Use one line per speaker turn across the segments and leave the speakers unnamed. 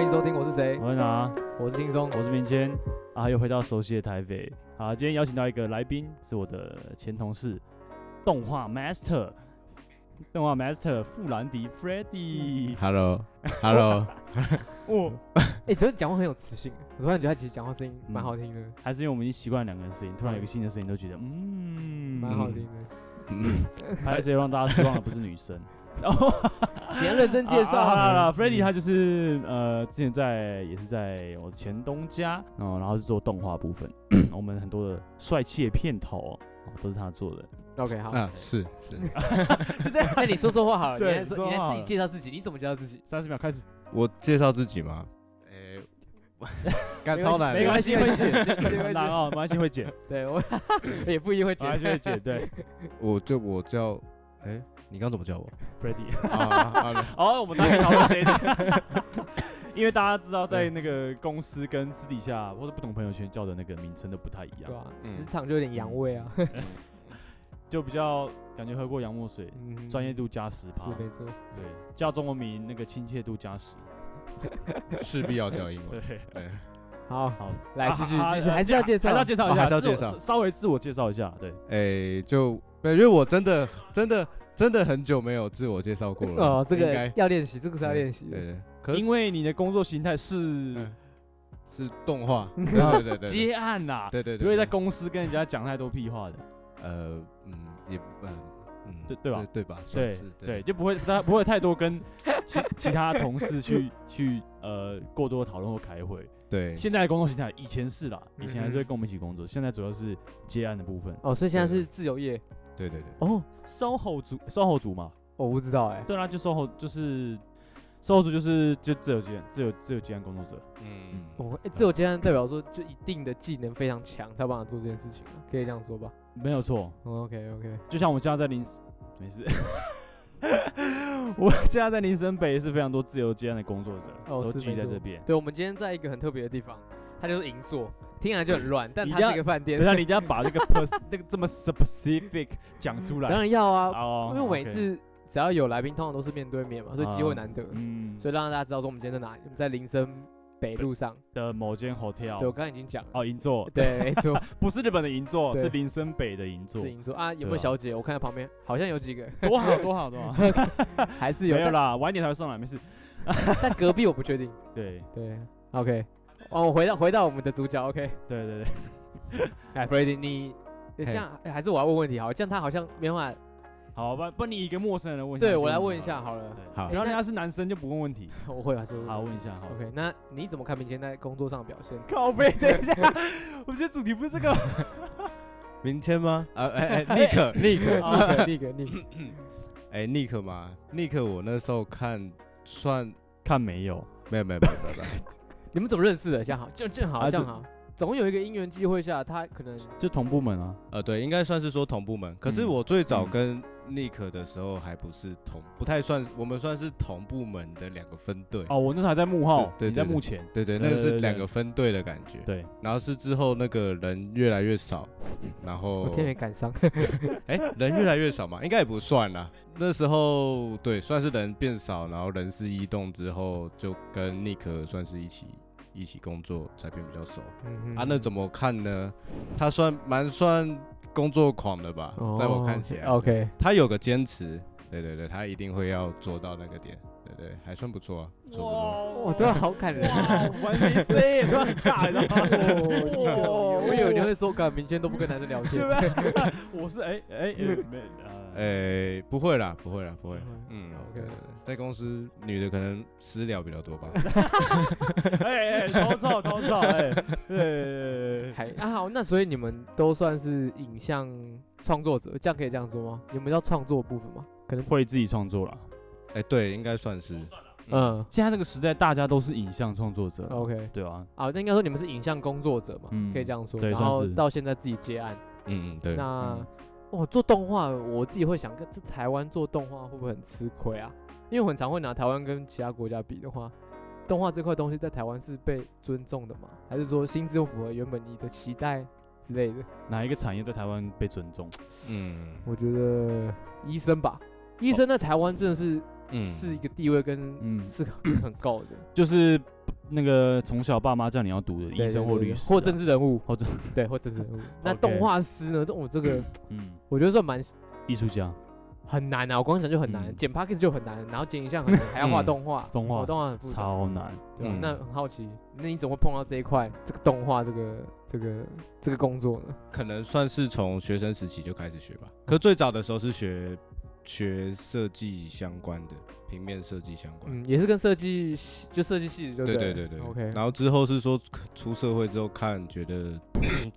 迎收听，我是谁？
我是哪？
我是轻松。
我是明谦啊，又回到熟悉的台北啊。今天邀请到一个来宾，是我的前同事，动画 master，动画 master 富兰迪 Freddy。
Hello，Hello，
哦，
哎、你真的讲话很有磁性，我突然觉得他其实讲话声音蛮好听的，
还是因为我们已经习惯两个人的声音，突然有个新的声音，都觉得嗯，
蛮、好听的。
嗯，
还是让大家失望的不是女生。
你要认真介绍、
啊啊啊 f r e d d y 他就是呃，之前在也是在我前东家，哦，然后是做动画部分，我们很多的帅气的片头、哦、都是他做的。
OK，好，
啊，是是，
就这样。那你说说话好了，你
对
来说，
你说
你
话
来自
好
己
了
介绍自己，你怎么介绍自己？
三十秒开始，
我介绍自己吗？诶， 干超难的，
没关系，
没
会
关系
剪，
没关系
很难哦，没关系会 剪，
对我也不一定会
没
解
关系会剪，对
我就我叫，诶，你刚怎么叫我？
，Freddy。
啊啊啊
好，我们大家讨论这一点， 因为大家知道在那个公司跟私底下或者不同朋友圈叫的那个名称都不太一
对啊
样，
吧、
嗯
职场就有点阳味啊，
就比较感觉喝过洋墨水，
嗯
专业度加十
是
趴，
没错。
对，叫中文名那个亲切度加十，
势必要叫英文。
对。
对，
好，
好，
来
啊
继续
啊
继续，
啊
还是要介
还
绍，
是要介绍一
哦
下，
还是要
自我
介绍
稍微自我介绍一下，对，
诶，就对，因为我真的真的真的很久没有自我介绍过了。
哦，这
应
个
该
要练习，这个是要练习
对
的。
对，可
因为你的工作形态是
嗯是动画，对对对对对
接案呐，
对对对，
不会在公司跟人家讲太多屁话的，
呃嗯也嗯嗯
对对吧
对吧？算
对
是
对，就不会不太不会太多跟其其他同事去去呃过多讨论或开会。
对，
现在的工作形态，以前是啦，以前还是会
嗯
跟我们一起工作，现在主要是接案的部分。
哦，所以现在是自由业
对对对，
哦，
售后组，售后组嘛，
我不知道哎、
对啦，就售后就是售后组就是就自由接案，自由自由接案工作者。
嗯
哦，哎、自我接案代表说，就一定的技能非常强，才有办法做这件事情啊，可以这样说吧、
没有错，
o k OK，
就像我现在在林，没事， 我现在在林森北是非常多自由接案的工作者，
哦
都
是
聚
没
在
错
这边。
对，我们今天在一个很特别的地方，它就是银座，听起来就很乱，但
一
它
定要
是一个饭店
等一。下你一定要把这个 pers 这个这么 specific 讲出 来
当。然要啊，
哦
因为每
OK
次只要有来宾，通常都是面对面嘛，所以机会难得，
嗯，
所以让大家知道说我们今天在哪里，我们在林森北路上。
的某间 hotel，
对，我刚刚已经讲了。
哦，银座，
对，没错，
不是日本的银座，
对
是林森北的银座
是，银座啊。有没有
对啊
小姐？我看到旁边好像有几个，
多好多好多好，
还是 有，
没有
但
啦，晚一点才会上来，没事。
但隔壁我不确定。
对
对，OK。哦，我回到回到我们的主角，OK。
对对对，
哎 f r e d d y 你这样哎还是我要问问题好了，这样他好像没办法。
好吧，不然你一个陌生人的问题，
对我来问一下好了，
对
好
然后人家是男生就不问问题，
我会啊来说。
好问一下 好。
OK，那你怎么看明天在工作上的表现？
靠背，等一下， 我觉得主题不是这个。
明天吗？呃，哎 哎，尼克，尼 克，
那个那个那个，
哎，尼克嘛，尼克，我那时候看算
看没有，
没有没有没有没有没 有，
你们怎么认识的？这样好，就正好
啊
这样
就
好，总有一个因缘机会下，他可能
就同部门啊。
呃，对，应该算是说同部门。可是
嗯
我最早跟尼克的时候还不是同，不太算，我们算是同部门的两个分队。
哦，我那时候还在幕后，
对对对
你在幕前。
对对，
对
那个
对
是
对
两个分队的感觉。
对，
然后是之后那个人越来越少，然
我
后
天天感伤。 嗯
哎，人越来越少嘛，应该也不算啦。那时候对，算是人变少，然后人事异动之后，就跟尼克算是一起一起工作，才变比较熟。
嗯
啊，那怎
么？
么看呢？他算蛮算工作狂的吧，在我看起来
哦 OK，
他有个坚持，对对对，他一定会要做到那个点，对对，还算不错啊，算不错。
我突啊然好感人。
哇，完美 C 也突然很大，你知道吗？
哦我以为你会说，感明天都不跟男生聊
对啊
天。
吧？ 我是哎哎哎没呃
诶、哎不会啦，不会啦，不会。嗯
，OK
对对对，在公司女的可能私聊比较多吧。
哎哎偷笑偷笑哎，对对对
还啊好，那所以你们都算是影像创作者，这样可以这样说吗？你们叫创作部分吗？可能，
会自己创作了。
哎、对，应该算是。
嗯
现在这个时代，大家都是影像创作者，
，OK，
对啊，
啊，那应该说你们是影像工作者嘛，
嗯
可以这样说。
对
然
算
后
是
到现在自己接案，
嗯嗯，对。
那
嗯
哇，做动画，我自己会想，这台湾做动画会不会很吃亏啊？因为我很常会拿台湾跟其他国家比的话，动画这块东西在台湾是被尊重的嘛？还是说薪资符合原本你的期待之类的？
哪一个产业在台湾被尊重？
嗯
我觉得医生吧，医生在台湾真的是、
嗯
是一个地位跟、
哦嗯
是很很高的，
就是那个从小爸妈叫你要读 的医
对
生
对
或
对
律
对
师、啊
或政，治人物，
或者
对，或政治人 物。那
OK
动画师呢？这我这个
嗯，
我觉得算蛮
艺术家、
很难啊，我光想就很难，
嗯
剪 p a c k a g e 就很难，然后剪影像很难，还要画
嗯
动画，
动
哦
画
动画很复杂，
超难。
对吧
嗯
那很好奇，那你怎么会碰到这一块这个动画这个这个这个工作呢？
可能算是从学生时期就开始学吧。可最早的时候是学学设计相关的，平面设计相关。
嗯，也是跟设计系就设计系就
对
对
对对对对
OK，
然后之后是说出社会之后看，觉得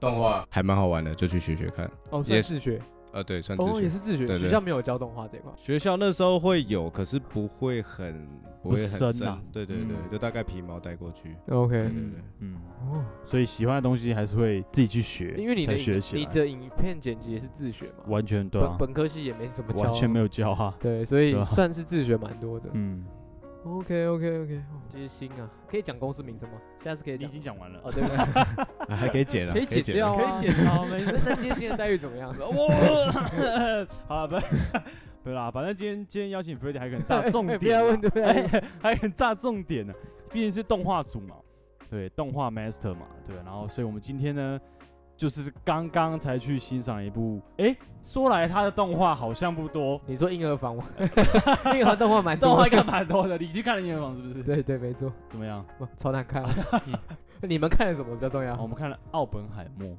动画还蛮好玩的，就去学学看。
哦，
也
算
是
自学，
呃，对，算自
哦，也
学。
是自学，
对
学
对
校没有教动画这一块。
学校那时候会有，可是不会很
不
不会很
深
深
啊
对对
嗯
对，就大概皮毛带过 去。对
OK，
对
嗯
对
嗯，
哦，
所以喜欢的东西还是会自己去学，
因为你的
才学
影
起
你
来。
的影片剪辑也是自学嘛，
完全对啊
本，本科系也没什么教，
完全没
有。
有教啊。
对，所以
对啊
算是自学蛮多的。
嗯，
OK OK OK，接
哦
心啊，可以讲公司名称吗？下次可以
你已
讲吗。
经讲完了，
哦，对不 对？
啊还可以剪啊，
可以剪掉啊，
啊
可以剪刀，没事。
那接心的待遇怎么样？
哇， 好不，对啦，反正今天今天邀请 Freddy 还有个很大重
哎
点，
不要问对不对？
哎，还有很大重点呢、毕竟是动画组嘛，对，动画 master 嘛，对，然后所以我们今天呢，就是刚刚才去欣赏一部，哎，说来他的动画好像不多，
你说婴儿房吗？ 婴儿动画蛮
动
多
画
的。
干嘛多的？你去看了《婴儿房》是不是？
对对，没错，
怎么样？
哇，超难看 啊。你们看了什么比较重要
好我？们看了奥本海默，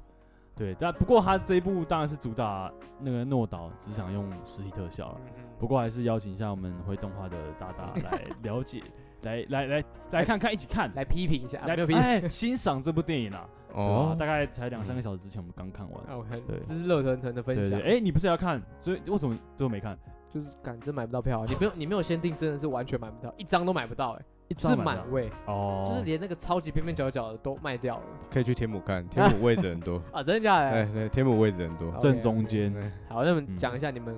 对，但不过他这一部当然是主打那个诺导只想用实体特效了，不过还是邀请一下我们会动画的大大来了 解，来来来来看看，一起看，
来批评一下，
来
没有批评。
哎欣赏这部电影啊，对吧
哦，
大概才两三
嗯
个小时之前我们刚看完，
啊，我看
对
这是热腾腾的分
对
享
对，。哎，你不是要看，所以为什么最后没看？
就是敢真买不到票啊，你没有你没有限定，真的是完全买不到，一张都买不到，哎，
一
是
张买不
满位，
到哦，
就是连那个超级边边角角的都卖掉了
可以去天母看，天母位置 很多。
啊，真的假
哎，
的？
对，天母位置很多。
好
正中间，
嗯
好，那我们
嗯
讲一下你们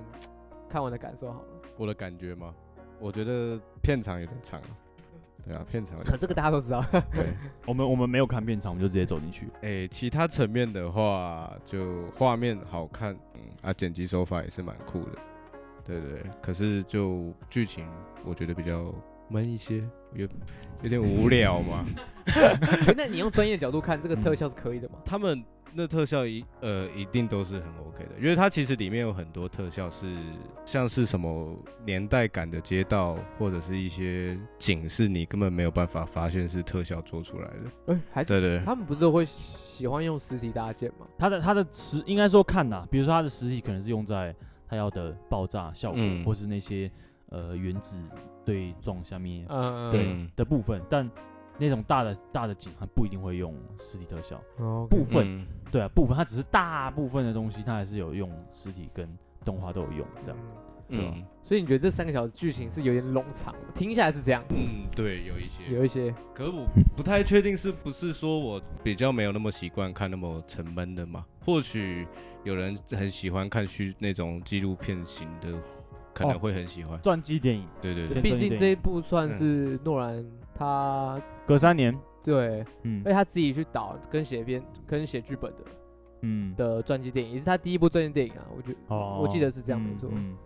看完的感受好了。
我的感觉吗？我觉得片长有点长。对啊，片长有点
可 这个大家都知 道，
长对。
我们我们没有看片场，我们就直接走进去，
诶、其他层面的话，就画面好看，嗯啊，剪辑手法也是蛮酷的，对对对。可是就剧情，我觉得比较闷一些，有有点无聊嘛。
那你用专业角度看，这个特效是可以的吗？
他们那特效一呃一定都是很 OK 的，因为它其实里面有很多特效是像是什么年代感的街道，或者是一些景是你根本没有办法发现是特效做出来的。
嗯
哎，还是
对对
他们不是都会喜欢用实体搭建吗？
他的他的实应该说看呐、比如说他的实体可能是用在他要的爆炸效果，
嗯
或是那些呃原子对撞下面、
嗯，
对、
嗯
的部分，但那种大的大的景，它不一定会用实体特效。
哦，
部
不，
分、
嗯
对啊，部分它只是大部分的东西，它还是有用实体跟动画都有用这样。对啊
嗯
所以你觉得这三个小时剧情是有点冗长的，听下来是这样，
嗯，对，有一些
有一些
可我不太确定是不是说我比较没有那么习惯看那么沉闷的嘛？或许有人很喜欢看虚那种纪录片型的，可能会很喜欢。
传记电影
对对
哦对
对，
毕竟这一部算是诺兰他
隔三年，
对，
嗯
而且他自己去导跟写编跟写剧本的
嗯，
的传记电影，也是他第一部传记电影啊，我觉得
哦
我记得是这样没
嗯
错
嗯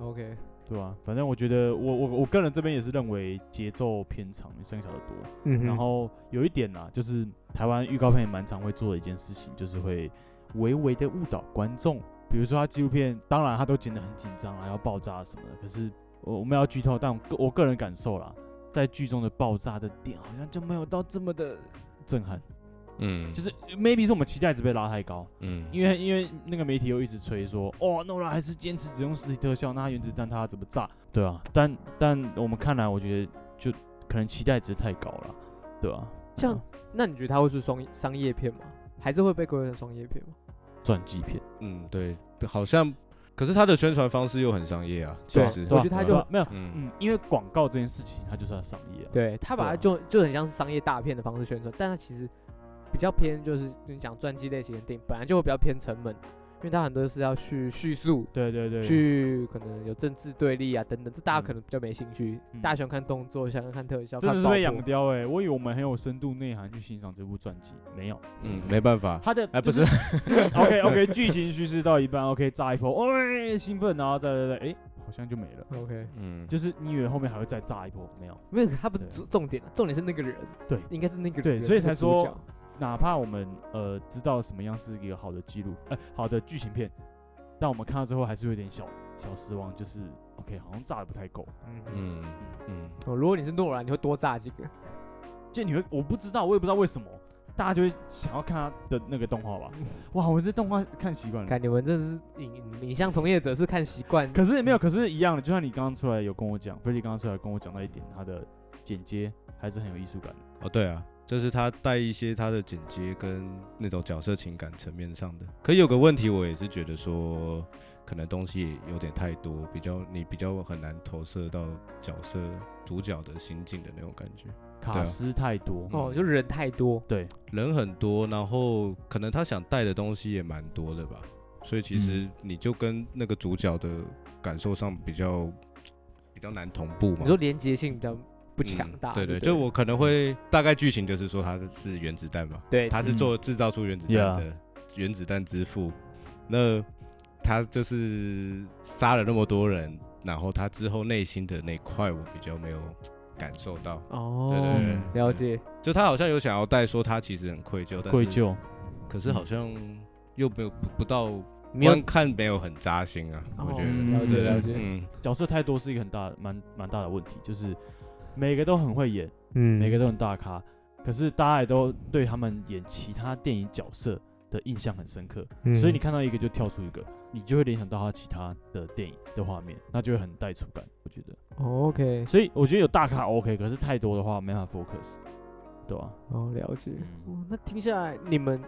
OK，
对啊，反正我觉得我我我个人这边也是认为节奏偏长，三个小时多。
嗯
然后有一点啦，就是台湾预告片也蛮常会做的一件事情，就是会微微的误导观众。比如说他纪录片，当然他都剪得很紧张啊，要爆炸什么的。可是我我们要剧透，但我个我个人感受啦，在剧中的爆炸的点好像就没有到这么的震撼，
嗯
就是 maybe 是我们期待值被拉太高，
嗯，
因为因为那个媒体又一直吹说，哦，诺兰还是坚持只用实体特效，那他原子弹他要怎么炸？对啊，但但我们看来，我觉得就可能期待值太高了，对啊，
像那你觉得它会是双商业片吗？还是会被归类成商业片吗？
传记片，
嗯对，好像可是它的宣传方式又很商业啊，其实
对我觉得他就
对啊没有，
嗯
嗯，因为广告这件事情，它就是要商业啊，
对他把
对
它
啊
就就很像是商业大片的方式宣传，但它其实比较偏就是你讲传记类型的电影，本来就会比较偏沉闷，因为它很多是要去叙述，
对对对，
去可能有政治对立啊等等，这大家
嗯
可能比较没兴趣，
嗯
大家喜欢看动作，喜欢看特效，
真的
看
是
爆
被养
破
刁哎、我以为我们很有深度内涵去欣赏这部传记，没有，
嗯没办法，
他的
呃
哎
就
不是
OK OK，剧情叙事到一半，OK 哦炸一波，哎、兴奋，然后再再再，哎、好像就没了。
OK，
嗯，
就是你以为后面还会再炸一波，没有。
没有，他不是
对
重重点，啊重点是那个人，
对
应该是那个人，
对所以才
那个主
说
角
哪怕我们呃知道什么样是一个好的记录，呃，好的剧情片，但我们看到之后还是有点小小失望，就是 OK，好像炸的不太够。
嗯嗯，
嗯嗯，
哦，如果你是诺兰，你会多炸几个？
就你会，我不知道，我也不知道为什么，大家就会想要看他的那个动画吧。
嗯
哇，我这动画看习惯了。
看你们这是影影像从业嗯者是看习惯，
可是也没
嗯
有，可是一样的，就像你刚刚出来有跟我讲，菲利刚刚出来跟我讲到一点，他的剪接还是很有艺术感的。
哦对啊，这是他带一些他的剪接跟那种角色情感层面上的。可有个问题，我也是觉得说，可能东西有点太多，比较你比较很难投射到角色主角的心境的那种感觉。对
卡
啊
斯太多，
哦，就人太多，
对，
人很多，然后可能他想带的东西也蛮多的吧，所以其实
嗯
你就跟那个主角的感受上比较比较难同步嘛。
你说连结性比较不强大，
嗯对
对
对，
不对，
就我可能会大概剧情就是说他是原子弹嘛，
对嗯
他是做制造出原子弹的原子弹之父，那他就是杀了那么多人，然后他之后内心的那一块我比较没有感受到，
哦，
对对对，
了解，
就他好像有想要带说他其实很愧疚，但是
愧疚。
可是好像又没有不不到
嗯没有
嗯观看没有很扎心啊，我觉
哦
得。
了解
对
了
对，
解，
嗯，
角色太多是一个很大蛮蛮大的问题，就是每个都很会演，
嗯
每个都很大咖，可是大家也都对他们演其他电影角色的印象很深刻，
嗯
所以你看到一个就跳出一个，你就会联想到他其他的电影的画面，那就会很带触感，我觉得。
哦 OK，
所以我觉得有大咖 OK，可是太多的话没办法 focus，对吧、
哦了解，
嗯
哦，那听下来你们，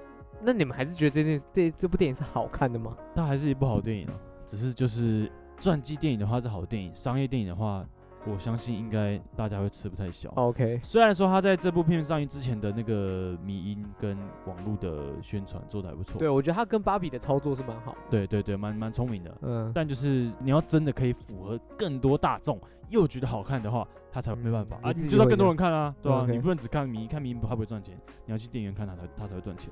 那你们还是觉得这件这这部电影是好看的吗？
但还是一部好电影啊，只是就是传记电影的话是好电影，商业电影的话，我相信应该大家会吃不太消。
哦 OK，
虽然说他在这部片上映之前的那个迷音跟网络的宣传做的还不错，
对，我觉得他跟芭比的操作是蛮好的，
对对对，蛮蛮聪明的。
嗯，
但就是你要真的可以符合更多大众又觉得好看的话，他才没办法、
嗯
啊，
你自
你
己
就让
会
更多
这
人看啊，对啊，
OK
你不能只看迷，看迷他不会赚钱，你要去电影院看他才他才会赚钱。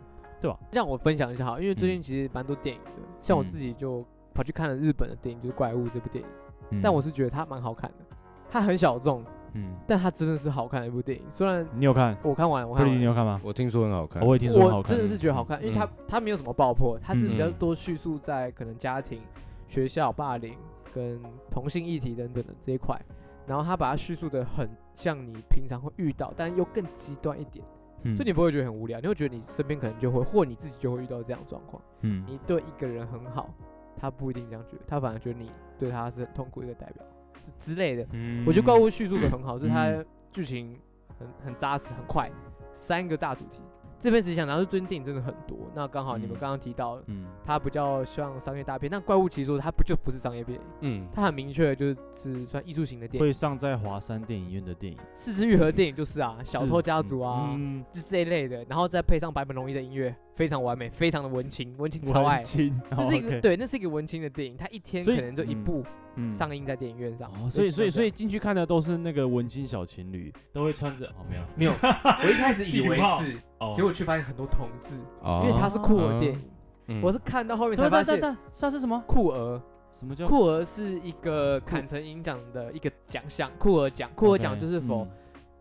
让我分享一下哈，因为最近
嗯
其实蛮多电影的，像我
嗯
自己就跑去看了日本的电影，就是《怪物》这部电影，
嗯
但我是觉得它蛮好看的，它很小众，
嗯，
但它真的是好看的一部电影。虽然
你有看？
我看完了，我
菲
看
利，
完
你
了
有看吗？
我听说很好看，
我也听说很好
我
看
真，的是觉得好看，因为它
嗯
它没有什么爆破，它是比较
嗯
多叙述在可能家庭、学校霸凌跟同性议题等等的这一块，然后它把它叙述的很像你平常会遇到，但又更极端一点，
嗯
所以你不会觉得很无聊，你会觉得你身边可能就会或你自己就会遇到这样的状况。
嗯
你对一个人很好，他不一定这样觉得，他反而觉得你对他是很痛苦的一个代表之之类的。
嗯
我觉得《怪物》叙述的很好，是它
嗯
剧情很很扎实、很快，三个大主题。这边只想拿出最近电影真的很多，那刚好你们
嗯
刚刚提到，
嗯
它比较像商业大片，但《怪物》其实说它不就不是商业片，
嗯，
它很明确就是是算艺术型的电影，
会上在华山电影院的电影，
四肢愈合电影就是啊，《小偷家族》啊。
嗯，
是这一类的，然后再配上白本龙一的音乐，非常完美，非常的文青，文青超爱
文。青，
这是一个
哦 OK，
对，那是一个文青的电影，它一天
所
可
以
能就一
嗯
部
嗯
上映在电影院上。
哦，所以
类似
所以
像
所以
这样
进去看的都是那个文青小情侣，都会穿着哦没有
没有，我一开始
地
以
图
为
炮
是，
哦，
结果去发现很多同志，
哦
因为它是酷儿电影，
嗯
我是看到后面
什
才
么
发
蛋蛋
现
蛋，上是什么？
酷儿，
什么叫
酷儿是一个坎城影奖的一个奖项，酷儿奖，酷儿奖就是否
嗯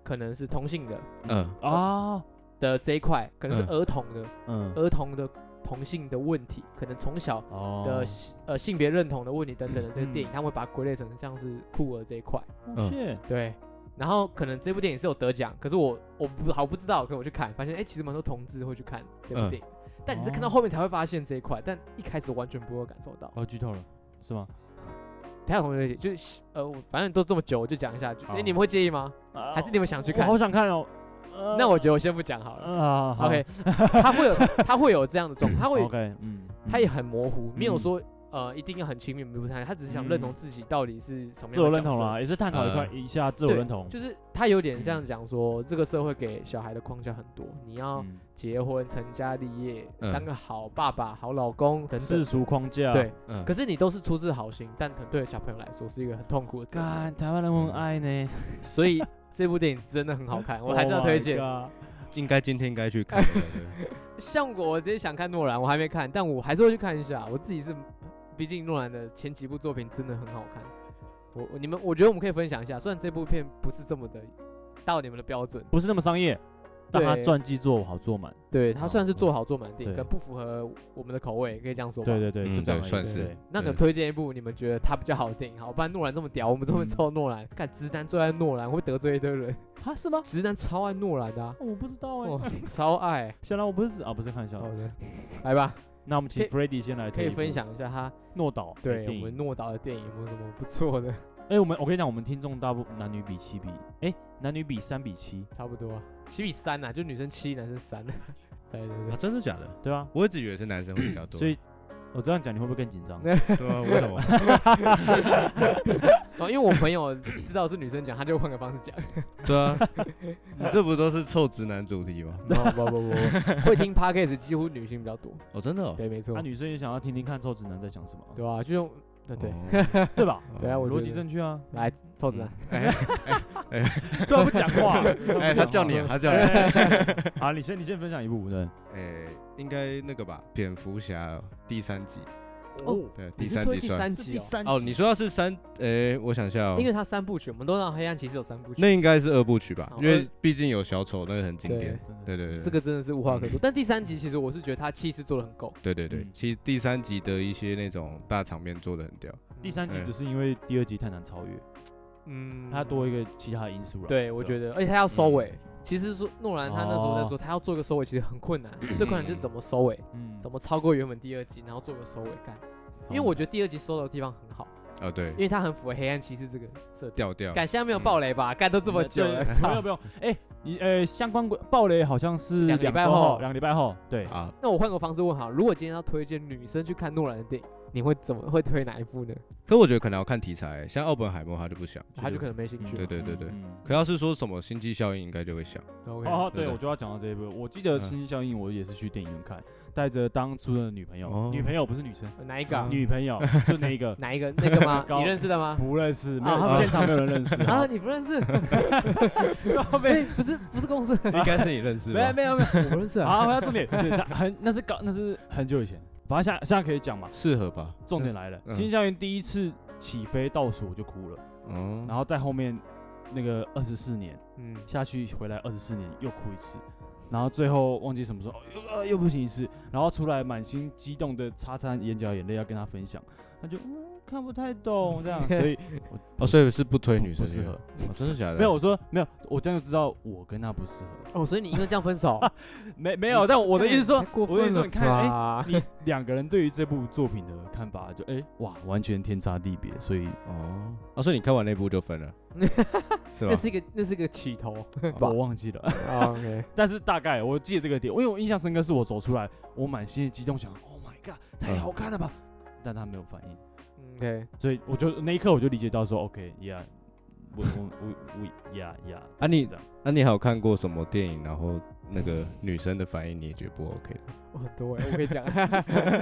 可能是同性的
嗯
啊
的这一块，可能是
嗯
儿童的
嗯
儿童的同性的问题，可能从小
哦
的呃性别认同的问题等等的这些电影，
嗯
他们会把它归类成像是酷儿这一块。
哦谢
对，然后可能这部电影是有得奖，可是我我不好不知道，可能我去看，发现哎、诶其实蛮多同志会去看这部
嗯
电影，但你是看到
哦
后面才会发现这一块，但一开始完全不会感受到。
哦剧透了是吗？
台下同学就是呃，我反正都这么久，我就讲一下，就哎、
好
你们会介意吗？还是你们想去看
啊我好想看哦。
那我觉得我先不讲好了。
啊
OK，他会有他会有这样的状况，他会
OK 嗯，
他也很模糊，没有
嗯
说。呃，一定要很亲密，不太，他只是想认同
嗯
自己到底是什么样的
自我认
角
同
色
啦，也是探讨一块一下自我
对
认同，
就是他有点像讲说，这个社会给小孩的框架很多，你要
嗯
结婚、成家立业，
嗯
当个好爸爸、好老公等
世
等。
俗框架。
对，，
嗯，
可是你都是出自好心，但可能对小朋友来说是一个很痛苦的责任。
干台湾人很爱呢，
所以这部电影真的很好嗯看，我还是要推荐。
Oh my god
应该今天应该去看的， 对
像我直接想看诺兰，我还没看，但我还是会去看一下。我自己是，毕竟诺兰的前几部作品真的很好看，我我你们，我觉得我们可以分享一下，虽然这部片不是这么的到你们的标准，
不是那么商业，让他
对
传记做好做满。
对它
哦
算是做好做满电影，
对
可能不符合我们的口味，可以这样说吧。
对对对，
嗯
就这样而
对
已
算
对
是
对
那可
对
推荐一部你们觉得它比较好的电影，好，不然诺兰这么屌，我们这么
嗯
臭诺兰，看直男最爱诺兰，会得罪一堆人。
哈是吗？
直男超爱诺兰的、 啊，
我不知道
哦
哎，，
超爱。
小兰我不是指啊，不是开玩 笑
好
的。
的，来吧，
那我们请
可以
f r e d d y 先来
可
推
以
一部
分享一下他
诺导的
对我
电影
们诺导的电影有没有什么不错的？
哎，我们我跟你讲，我们听众大部分男女比七比，哎，男女比三比七，
差不多啊七比三呐、就女生七，男生三。 对对
啊，
对，
真的假的？
对啊，
我一直以为是男生会比较多，
所以我这样讲你会不会更紧张？
对啊，为 什么？
哦，因为我朋友知道是女生讲，他就换个方式讲。
对啊，你这不都是臭直男主题吗？
不不不不，会听 podcast 几乎女性比较多。
哦，真的哦，
对，没错
那，啊女生也想要听听看臭直男在讲什么啊，
对吧、就用对对，
哦，
对吧？
对啊，我
逻
觉
辑
得
正确啊，
来臭子啊，
哎
这不讲话，
哎，他 叫你啊，他叫你，
啊，你先你先分享一部，对，
哎，应该那个吧，蝙蝠侠第三集，
哦，
对，
你
第
是
三
推
集
第
算
三
是
集
第
哦
三
哦，
集
你说要是三，哎，我想一下哦
因，为它三部曲，我们都知道《黑暗骑士》有三部曲，
那应该是二部曲吧
好，
因为毕竟有小丑，那个很经
哦对
典。
真的
对对对，
这个真的是无话
嗯
可说。但第三集其实我是觉得它气势做的很够，
对对对
嗯，
其实第三集的一些那种大场面做的很屌。
第三集
哎
嗯
只是因为第二集太难超越，
嗯
它多一个其他的因素了。
对，我觉得，而且他要
嗯
收尾。其实说诺兰他那时候
哦
在说，他要做一个收尾，其实很困难。最困难就是怎么收尾，
嗯，
怎么超过原本第二集，然后做个收尾干。因为我觉得第二集收的地方很好，
啊，对
因，为它很符合黑暗骑士这个设定。
调调。
感现在没有爆雷吧？干都这
嗯
么久了，
没有
操
没有，哎，你呃相关规暴雷好像是
两个礼拜
周
后
两个礼拜后，对，
啊，
那我换个方式问好，如果今天要推荐女生去看诺兰的电影，你会怎么会推哪一部呢？
可我觉得可能要看题材，像奥本海默他就不想。
她就可能没兴趣
对
了。
对对对
嗯。
可要是说什么星际效应，应该就会想。
OK，
哦，对，
对的
我就要讲到这一部。我记得《
嗯
星际效应》，我也是去电影院看，带着当初的女朋友
哦，
女朋友不是女生，
哪一个啊？
女朋友就那一个，
哪一个？那个吗？
高
你认识的吗？
不认识，没
啊
有现场没有人 认识。
啊，
好
你不认 识？哎不是不是公司，
应该是你认识
没有没有没有，
我不认识啊。
好，回到重点，对，他很那是高，那是很久以前，反正现在现在可以讲嘛。
适合吧？
重点来了，
嗯
《星际效应》第一次起飞倒数我就哭了，
哦，
然后在后面那个二十四年
嗯，
下去回来二十四年又哭一次，然后最后忘记什么时候、哦、又、呃又不行一次，然后出来满心激动的擦擦眼角眼泪要跟他分享，他就嗯看不太懂 这样，所以
哦，所以是不推
不
女生
不适
的
合，
哦真的假的？
没有我说没有，我这样就知道我跟他不适合，
哦，所以你因为这样分手？
没 没有，但我的意思说
太，过
我的
分
意思说
了
你看哎。
吧
你两个人对于这部作品的看法就，哎哇，完全天差地别，所以
哦，啊，所以你看完那部就分了，是吧
那？是一个那是一个起头。吧
我忘记了。
啊 OK，
但是大概我记得这个点，因为我印象深刻，是我走出来，我满心的激动想，Oh my god，太好看了吧！但他没有反应，
嗯 OK，
所以我就那一刻我就理解到说，OK，yeah，、我我我我，yeah yeah，
啊你
这样，
那你还有看过什么电影，然后那个女生的反应你也觉得不 OK 的？
我很多哎，我可以讲。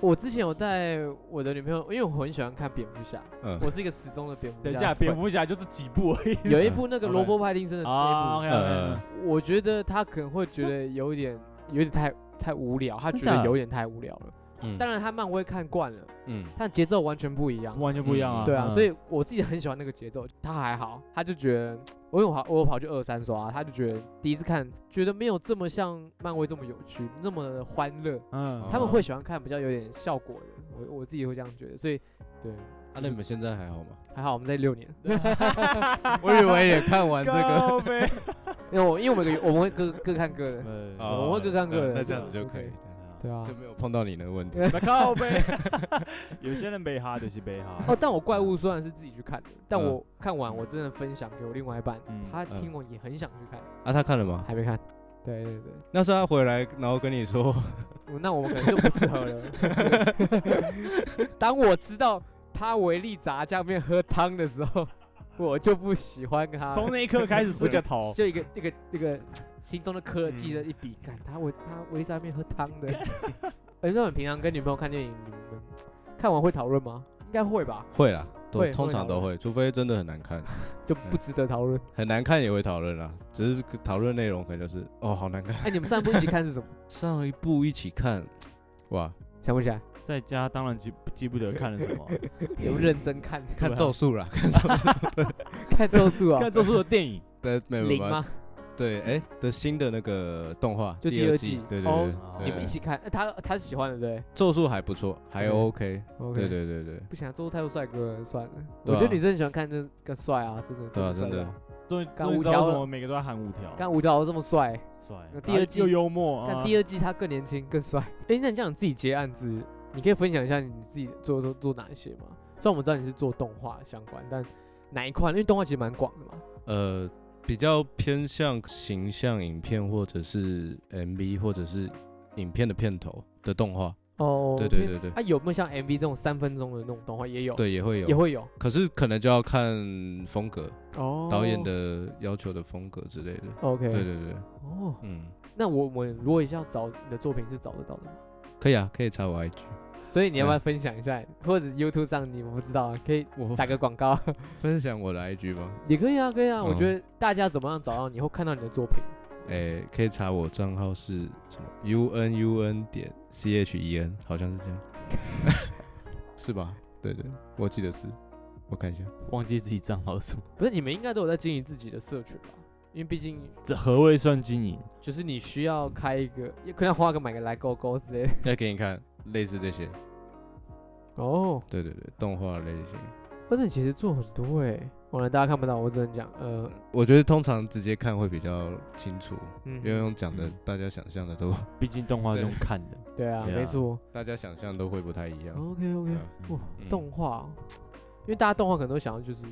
我之前有带我的女朋友，因为我很喜欢看蝙蝠侠，
嗯，
我是一个始终的蝙蝠侠。
等一下，蝙蝠侠就这几部而已
有一部那个
嗯
罗伯·派丁森的那
啊，OK
嗯
OK，
部，我觉得他可能会觉得有一点有点太太无聊，他
真
觉得
假
有点太无聊了。
嗯
当然他漫威看惯了，
嗯，
但节奏完全不一样。
完全不一样啊，
嗯
对啊，
嗯
所以我自己很喜欢那个节奏。他还好，他就觉得我有跑，我有跑去二三刷，他就觉得第一次看觉得没有这么像漫威这么有趣，那么欢乐。
嗯
他们会喜欢看比较有点效果的，我我自己会这样觉得。所以，对，
啊，那你们现在还好吗？
还好我们在六年，
啊 我以为也看完这 个，
靠北
因为我因为我们有个我们会各各看各的，
嗯
我会各看各的
那这样子就可以
OK，对
对
啊
就。没有碰到你的问题。
啊靠背， 有些人被哈就是被
哦，
哈，
但我怪物虽然是自己去看的，但
嗯
我看完我真的分享给我另外一半
嗯，
他
嗯
听完也很想去看，
啊，他看了吗？
还没看。对对对，
那是他回来，然后跟你说，
我那我们可能就不适 合了。当我知道他维力炸酱面喝汤的时候，我就不喜欢他了。
从那一刻开始
啊我
死
就
就逃。
就一个一个一个心中的刻记
嗯
了一笔，看他维他维力炸酱面喝汤的。 哎，那我们平常跟女朋友看电影，你们看完会讨论吗？应该会吧，
会啦，
会
都通常
会讨
都会，除非真的很难看，
就
嗯
不值得讨论。
很难看也会讨论啦。只是讨论内容可能就是，哦，好难看。
哎，你们上一部一起看是什么？
上一部一起看，哇，
想不起来。
在家当然记记不得看了 什么，
有认真看
看
对啊
咒术 啦，看咒术，
看咒术啊
看，咒术的电影
对，没有
零
办法，
吗？
对，哎的新的那个动画，
就
第
第二
季
季，
对对
哦
对
你
你
对，
们
对
一起看，呃他他是喜欢的对
咒术还不错，还
嗯
OK，
，OK，
对对对对，
不想做太多帅哥了，算了。
对
我
啊
觉得女生很喜欢看这更帅啊，真的。
对啊，
帅
真的
到。
终于
干
终于
五
知道为
条
什
了
么每个都在喊五条，
看舞蹈这么帅，
帅
那，第
然后
二季
又幽默，
看
啊
第二季他更年轻更 帅。哎，哦那你这样你自己接案子，你可以分享一下你自己做做做哪一些吗？虽然我们知道你是做动画相关，但哪一块？因为动画其实蛮广的嘛。
呃，比较偏向形象影片或者是 MV 或者是影片的片头的动画，
哦
对对对对
啊，有没有像 MV 这种三分钟的那种动画也有？，
对，也会有，
也会有。
可是可能就要看风格，
哦，
导演。的要求的风格之类的。
OK。
对对对，
哦，
嗯，
那我我如果要找你的作品是找得到的吗？
可以啊，可以查我 IG。
所以你要不要
嗯
分享一下？或者 YouTube 上你我不知道啊，可以
我
打个广告。
分享我的 IG 吗？
也可以啊，可以啊。我
嗯
觉得大家怎么样找到你，或看到你的作品？
诶、可以查我账号是什么？U N U N 点 C H E N，好像是这样， 是吧？对对，我记得是。我看一下，
忘记自己账号是什么，
不是你们应该都有在经营自己的社群吧？因为毕竟
这何谓算经营？
就是你需要开一个，也可能花个买个来勾勾之类的。
再给你看类似这些，
哦，
对对对，动画类型。
真的其实做很多哎、欸，完了大家看不到，我只能讲，呃，
我觉得通常直接看会比较清楚，
嗯
因为用讲的
嗯，
大家想象的都，
毕竟动画是
对
用看的，
对啊，
对啊
没错。
大家想象都会不太一样。
OK OK，
嗯
哇，
嗯
啊动画哦，因为大家动画可能都想要就是。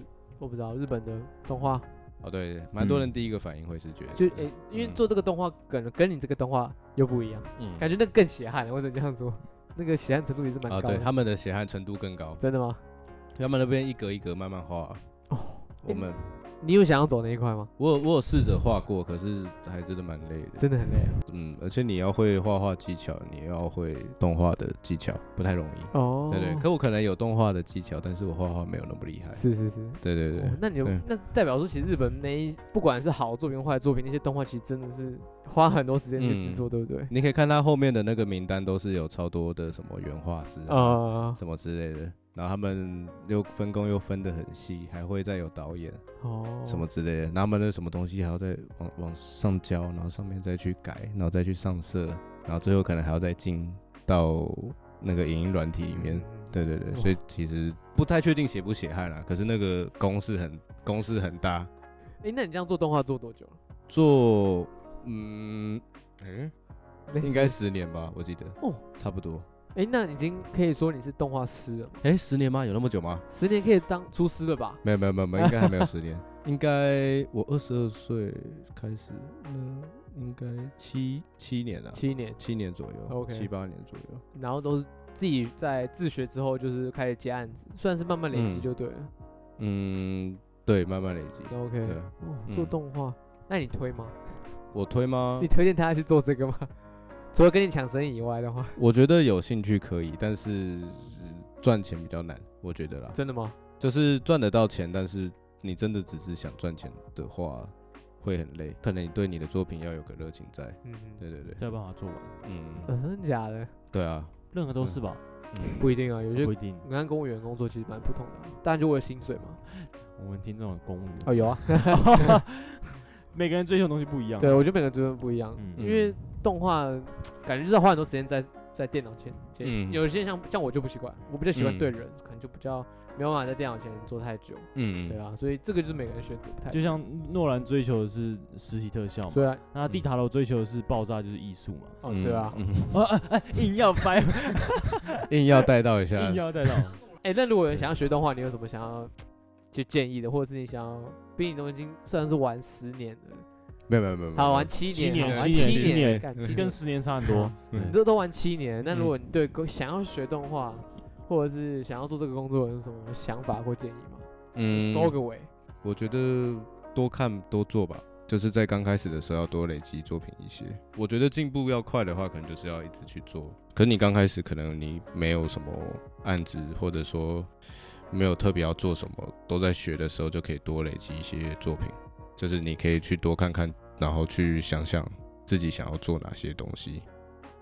我不知道日本的动画，
哦，对，蛮多
嗯
人第一个反应会是觉得，
就是诶、因为
嗯
做这个动画梗跟你这个动画又不一样，
嗯
感觉那个更血汗，或者这样说，那个血汗程度也是蛮
啊，
高
对，
的。
他们的血汗程度更高，
真的吗？
他们那边一格一格慢慢画。
哦，
我们
你有想要走那一块吗？
我有我有试着画过，可是还真的蛮累的。
真的很累啊
嗯，而且你要会画画技巧，你要会动画的技巧，不太容易。
哦
对对，可我可能有动画的技巧，但是我画画没有那么厉害。
是是是。
对对对
哦，那你有
对
那代表说，其实日本那一不管是好作品、坏作品，那些动画其实真的是花很多时间去
嗯
制作，对不对？
你可以看他后面的那个名单，都是有超多的什么原画师啊，
呃，
什么之类的。然后他们又分工又分得很细，还会再有导演
哦，
什么？之类的。然后他们的什么东西还要再往往上交，然后上面再去改，然后再去上色，然后最后可能还要再进到那个影音软体里面。
嗯
对对对，
哇
所以其实不太确定血不血汗啦，可是那个公式很公式很大，
哎，那你这样做动画做多久了？
做嗯。诶
类似
应该十年吧，我记得
哦。
差不多。
哎，那已经可以说你是动画师了吗，
哎、十年吗？有那么久吗？
十年可以当厨师了吧？
没有没有没有没有，应该还没有十年。 应该我二十二岁开始，嗯，应该七七年了，
七年，
七年左右
OK
七八年左右。
然后都是自己在自学之后，就是开始接案子，算是慢慢累积
嗯
就对了。
嗯，对，慢慢累积。
OK，
对，
哦，做
嗯
动画，那你推吗？
我推吗
你？推荐他去做这个吗？ 除了跟你抢生意以外的话，
我觉得有兴趣可以，但是呃赚钱比较难，我觉得啦。
真的吗？
就是赚得到钱，但是你真的只是想赚钱的话，会很累。可能你对你的作品要有个热情在。
嗯，
对对对，
才有办法做完。
嗯，
呃，真的假的？
对啊，
任何都是吧，
嗯
不一定啊，有些
不一定。
你看公务员工作其实蛮普通的啊，当然就为了薪水嘛。
我们听这种公务员，
哦，有啊，
每个人追求的东西不一 样。啊
对，我觉得每个职位不一样，
嗯
因为动画感觉就是要花很多时间在在电脑前，前
嗯
有些像像我就不习惯，我比较喜欢
嗯
对人，可能就比较没有办法在电脑前坐太久，
嗯，
对啊，所以这个就是每个人选择不太一
就
样。
像诺兰追求的是实体特效嘛，
虽然
那蒂塔楼追求的是爆炸，就是艺术嘛。
哦，对啊，
嗯，
哦，哎哎，硬要掰，
硬要带到一下
硬，要带到。
哎，那如果有人
对
想要学动画，你有什么想要就建议的，或者是你想要，毕竟你都已经算是玩十年了。
没有没有没有，没有
好玩七
七
年，
年，
好玩
七年，
七
年，
干
这
七
跟
年，
十年差很多。
嗯
你
对
都都玩七年。那如
嗯
果你对工想要学动画，或者是想要做这个工作，有什么想法或建议吗？
嗯，
收个尾。
我觉得多看多做吧，就是在刚开始的时候要多累积作品一些。我觉得进步要快的话，可能就是要一直去做。可你刚开始可能你没有什么案子，或者说没有特别要做什么，都在学的时候就可以多累积一些作品，就是你可以去多看看，然后去想想自己想要做哪些东西。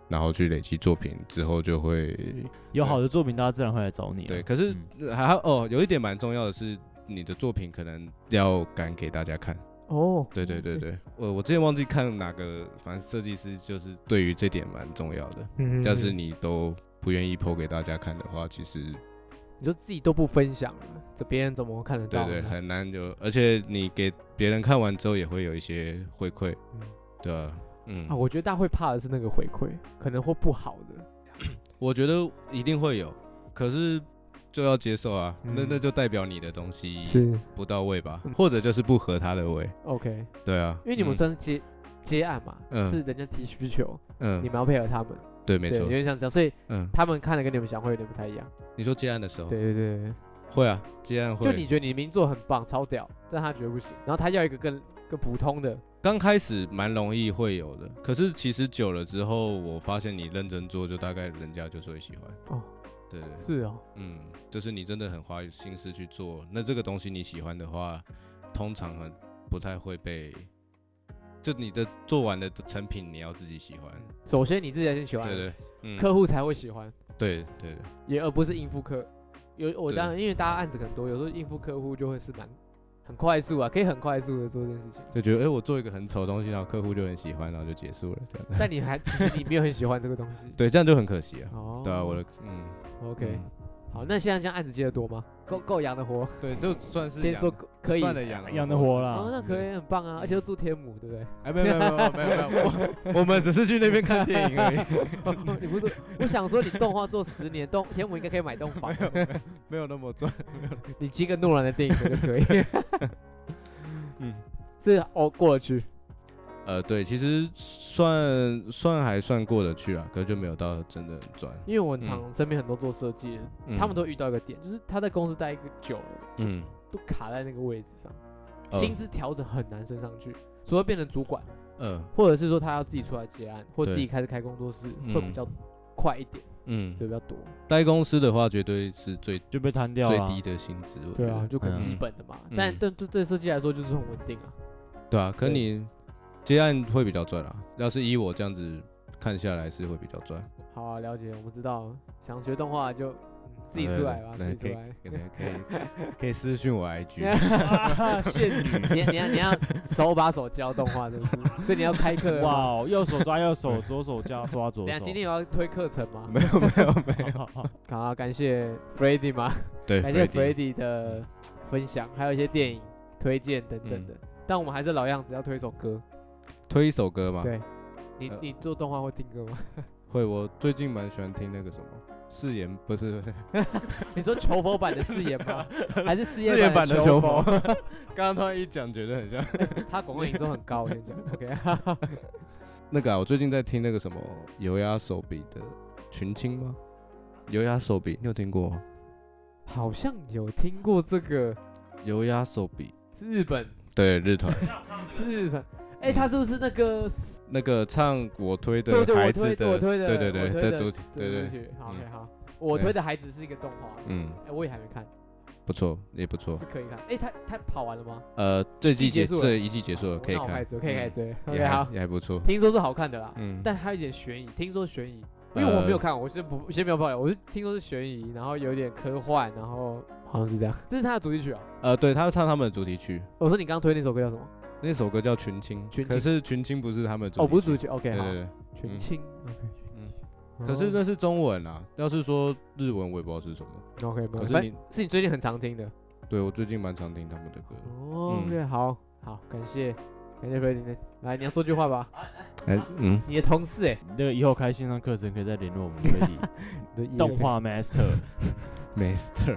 然后去累积作品之后就会嗯
有好的作品，大家自然会来找你啊、
对。可是还好哦，有一点蛮重要的是，你的作品可能要敢给大家看。
哦，
对对对对，我我之前忘记看哪个，反正设计师就是对于这点蛮重要的。
嗯
要是你都不愿意剖给大家看的话，其实
嗯你说自己都不分享了，这别人怎么会看得
对
到呢？
对很难就，而且你给别人看完之后也会有一些回馈，
嗯
对啊，嗯，
啊，我觉得大家会怕的是那个回馈，可能会不好的。
我觉得一定会有，可是就要接受啊，那
嗯
那就代表你的东西
是
不到位吧
嗯，
或者就是不合他的胃，
OK，
对啊，
因为你们
嗯
算是接、接案嘛，
嗯
是人家提需求，
嗯，
你们要配合他们，
对，没
对，
错
有，点像这样，所以
嗯，
他们看的跟你们想会有点不太一样。
你说接案的时候，
对对对对
会啊，接案会，
就你觉得你名作很棒，超屌，但他觉得不行，然后他要一个更更普通的，
刚开始蛮容易会有的，可是其实久了之后，我发现你认真做，就大概人家就是会喜欢。
哦，
对对，对
是哦，
嗯，就是你真的很花心思去做，那这个东西你喜欢的话，通常很不太会被，就你的做完的成品你要自己喜欢。
首先你自己要先喜欢，
对对，嗯，
客户才会喜欢，
对对对，
也而不是应付客。有我
对
当然，因为大家案子很多，有时候应付客户就会是蛮很快速啊，可以很快速的做这件 事情。
就觉得哎、诶我做一个很丑的东西，然后客户就很喜欢，然后就结束了，这样。。
但你还其实你没有很喜欢这个东西
对，这样就很可惜啊。
哦
对啊，我的嗯
OK，、
嗯
好，那现在这样案子接的多吗？够够养得活？
对，就算是
先
养
说
的
够可以，
算了养
养得活啦
哦，那可以很棒啊，而且又住天母，对不对？
哎，没有没有没有没有没有， 我我们只是去那边看电影而已，
哦 你不是，我想说你动画做十年，动天母应该可以买栋房， 啊
没有那么赚。
你接个诺兰的电影就可以，
嗯，
这哦过得去。
呃，对，其实算算还算过得去啊，可是就没有到真的很赚。
因为我很常身边很多做设计的，
嗯
他们都遇到一个点，就是他在公司待一个久了，
嗯，
都卡在那个位置上，
呃
薪资调整很难升上去，除非变成主管，
呃
或者是说他要自己出来接案，或
对
自己开始开工作室，
嗯
会比较快一点，
嗯，
对，比较多。
待公司的话，绝对是最
就被摊掉
最
了啊。
低的薪资，我觉
对啊
得，
就可能
嗯
基本的嘛，但
嗯
但对对设计来说就是很稳定啊。
对啊。可
对
你接案会比较赚啊，要是以我这样子看下来是会比较赚。
好啊，了解，我们知道了，想学动画就、嗯自己出来吧，
那
自
可
己
以
出来。
可以 可以可以私信我 IG。
啊现女
你你要你要手把手教动画，真是，所以你要开课了
哇
吗。
哦，右手抓右手，左手加抓左
等一
手。
下今天有要推课程吗？
没有没有没有，
好好好
好啊，感谢 Freddy 嘛，
对，
感谢
Freddy
Freddy 的分享，还有一些电影推荐等等
嗯
的。但我们还是老样子，要推一首歌。
推一首歌嘛，
对，你
呃
你做动画会听歌吗？
会，我最近蛮喜欢听那个什么誓言，不是
你说求佛版的誓言 吗？还是誓
誓言版
版
的
求
求佛？。 刚刚突然一讲，觉得很像
他广告营收很高，我跟你讲。OK，
那个啊。我最近在听那个什么油压手笔的群青吗？油压手笔，你有听过吗？
好像有听过这个，
油压手笔，
是日本，
对日嗯团
是日本。哎、他是不是那个
那个唱我推
对
的
对我
孩子
推我
的，
推的
对
我
对对
推的
的主题，
这
对
个
对，
剧好
嗯
，OK，好。我
对
推的孩子是一个动画，
嗯，
哎、我也还没看，
不错，也不错
是。可以看。哎、他他跑完了吗？
呃，这
季
季
结
结
束了
这一季结束了，
哦
可以
那我开
看
始，追，可以开始
嗯
追。
也
OK，
还
好，
也还 不错。
听说是好看的啦，
嗯，呃
但还有一点悬疑，听说悬疑，因为我没有看，我先不先不要爆料，我是听说是悬疑，然后有点科幻，然后好像是这样。这是他的主题曲啊。
呃，对他唱他们的主题曲，
我说你刚刚推那首歌叫什么？
那首歌叫《群青》，
群
可
青
是《群青》不是他们的主
哦，不是
题
主
曲，
题曲，OK，
对
好
对，对。
群
嗯
青，OK，
嗯
哦
可是那是中文啊，要是说日文我也不知道是什么。
OK，没有
可是
反
你
是你最近很常听的。
对我最近蛮常听他们的歌。
哦
嗯
OK，好好，感谢感谢 Freddy，来你要说句话吧。
哎、嗯，
你的同事哎，
那个以后开线上课程可以再联络我们威力
你的
动画 master。
，Master，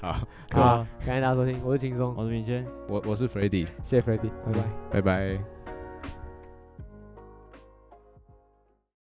好，
啊好，感谢大家收听，我是轻松，
我是明谦。
我我是 Freddy，
谢谢 Freddy，拜拜。
拜拜。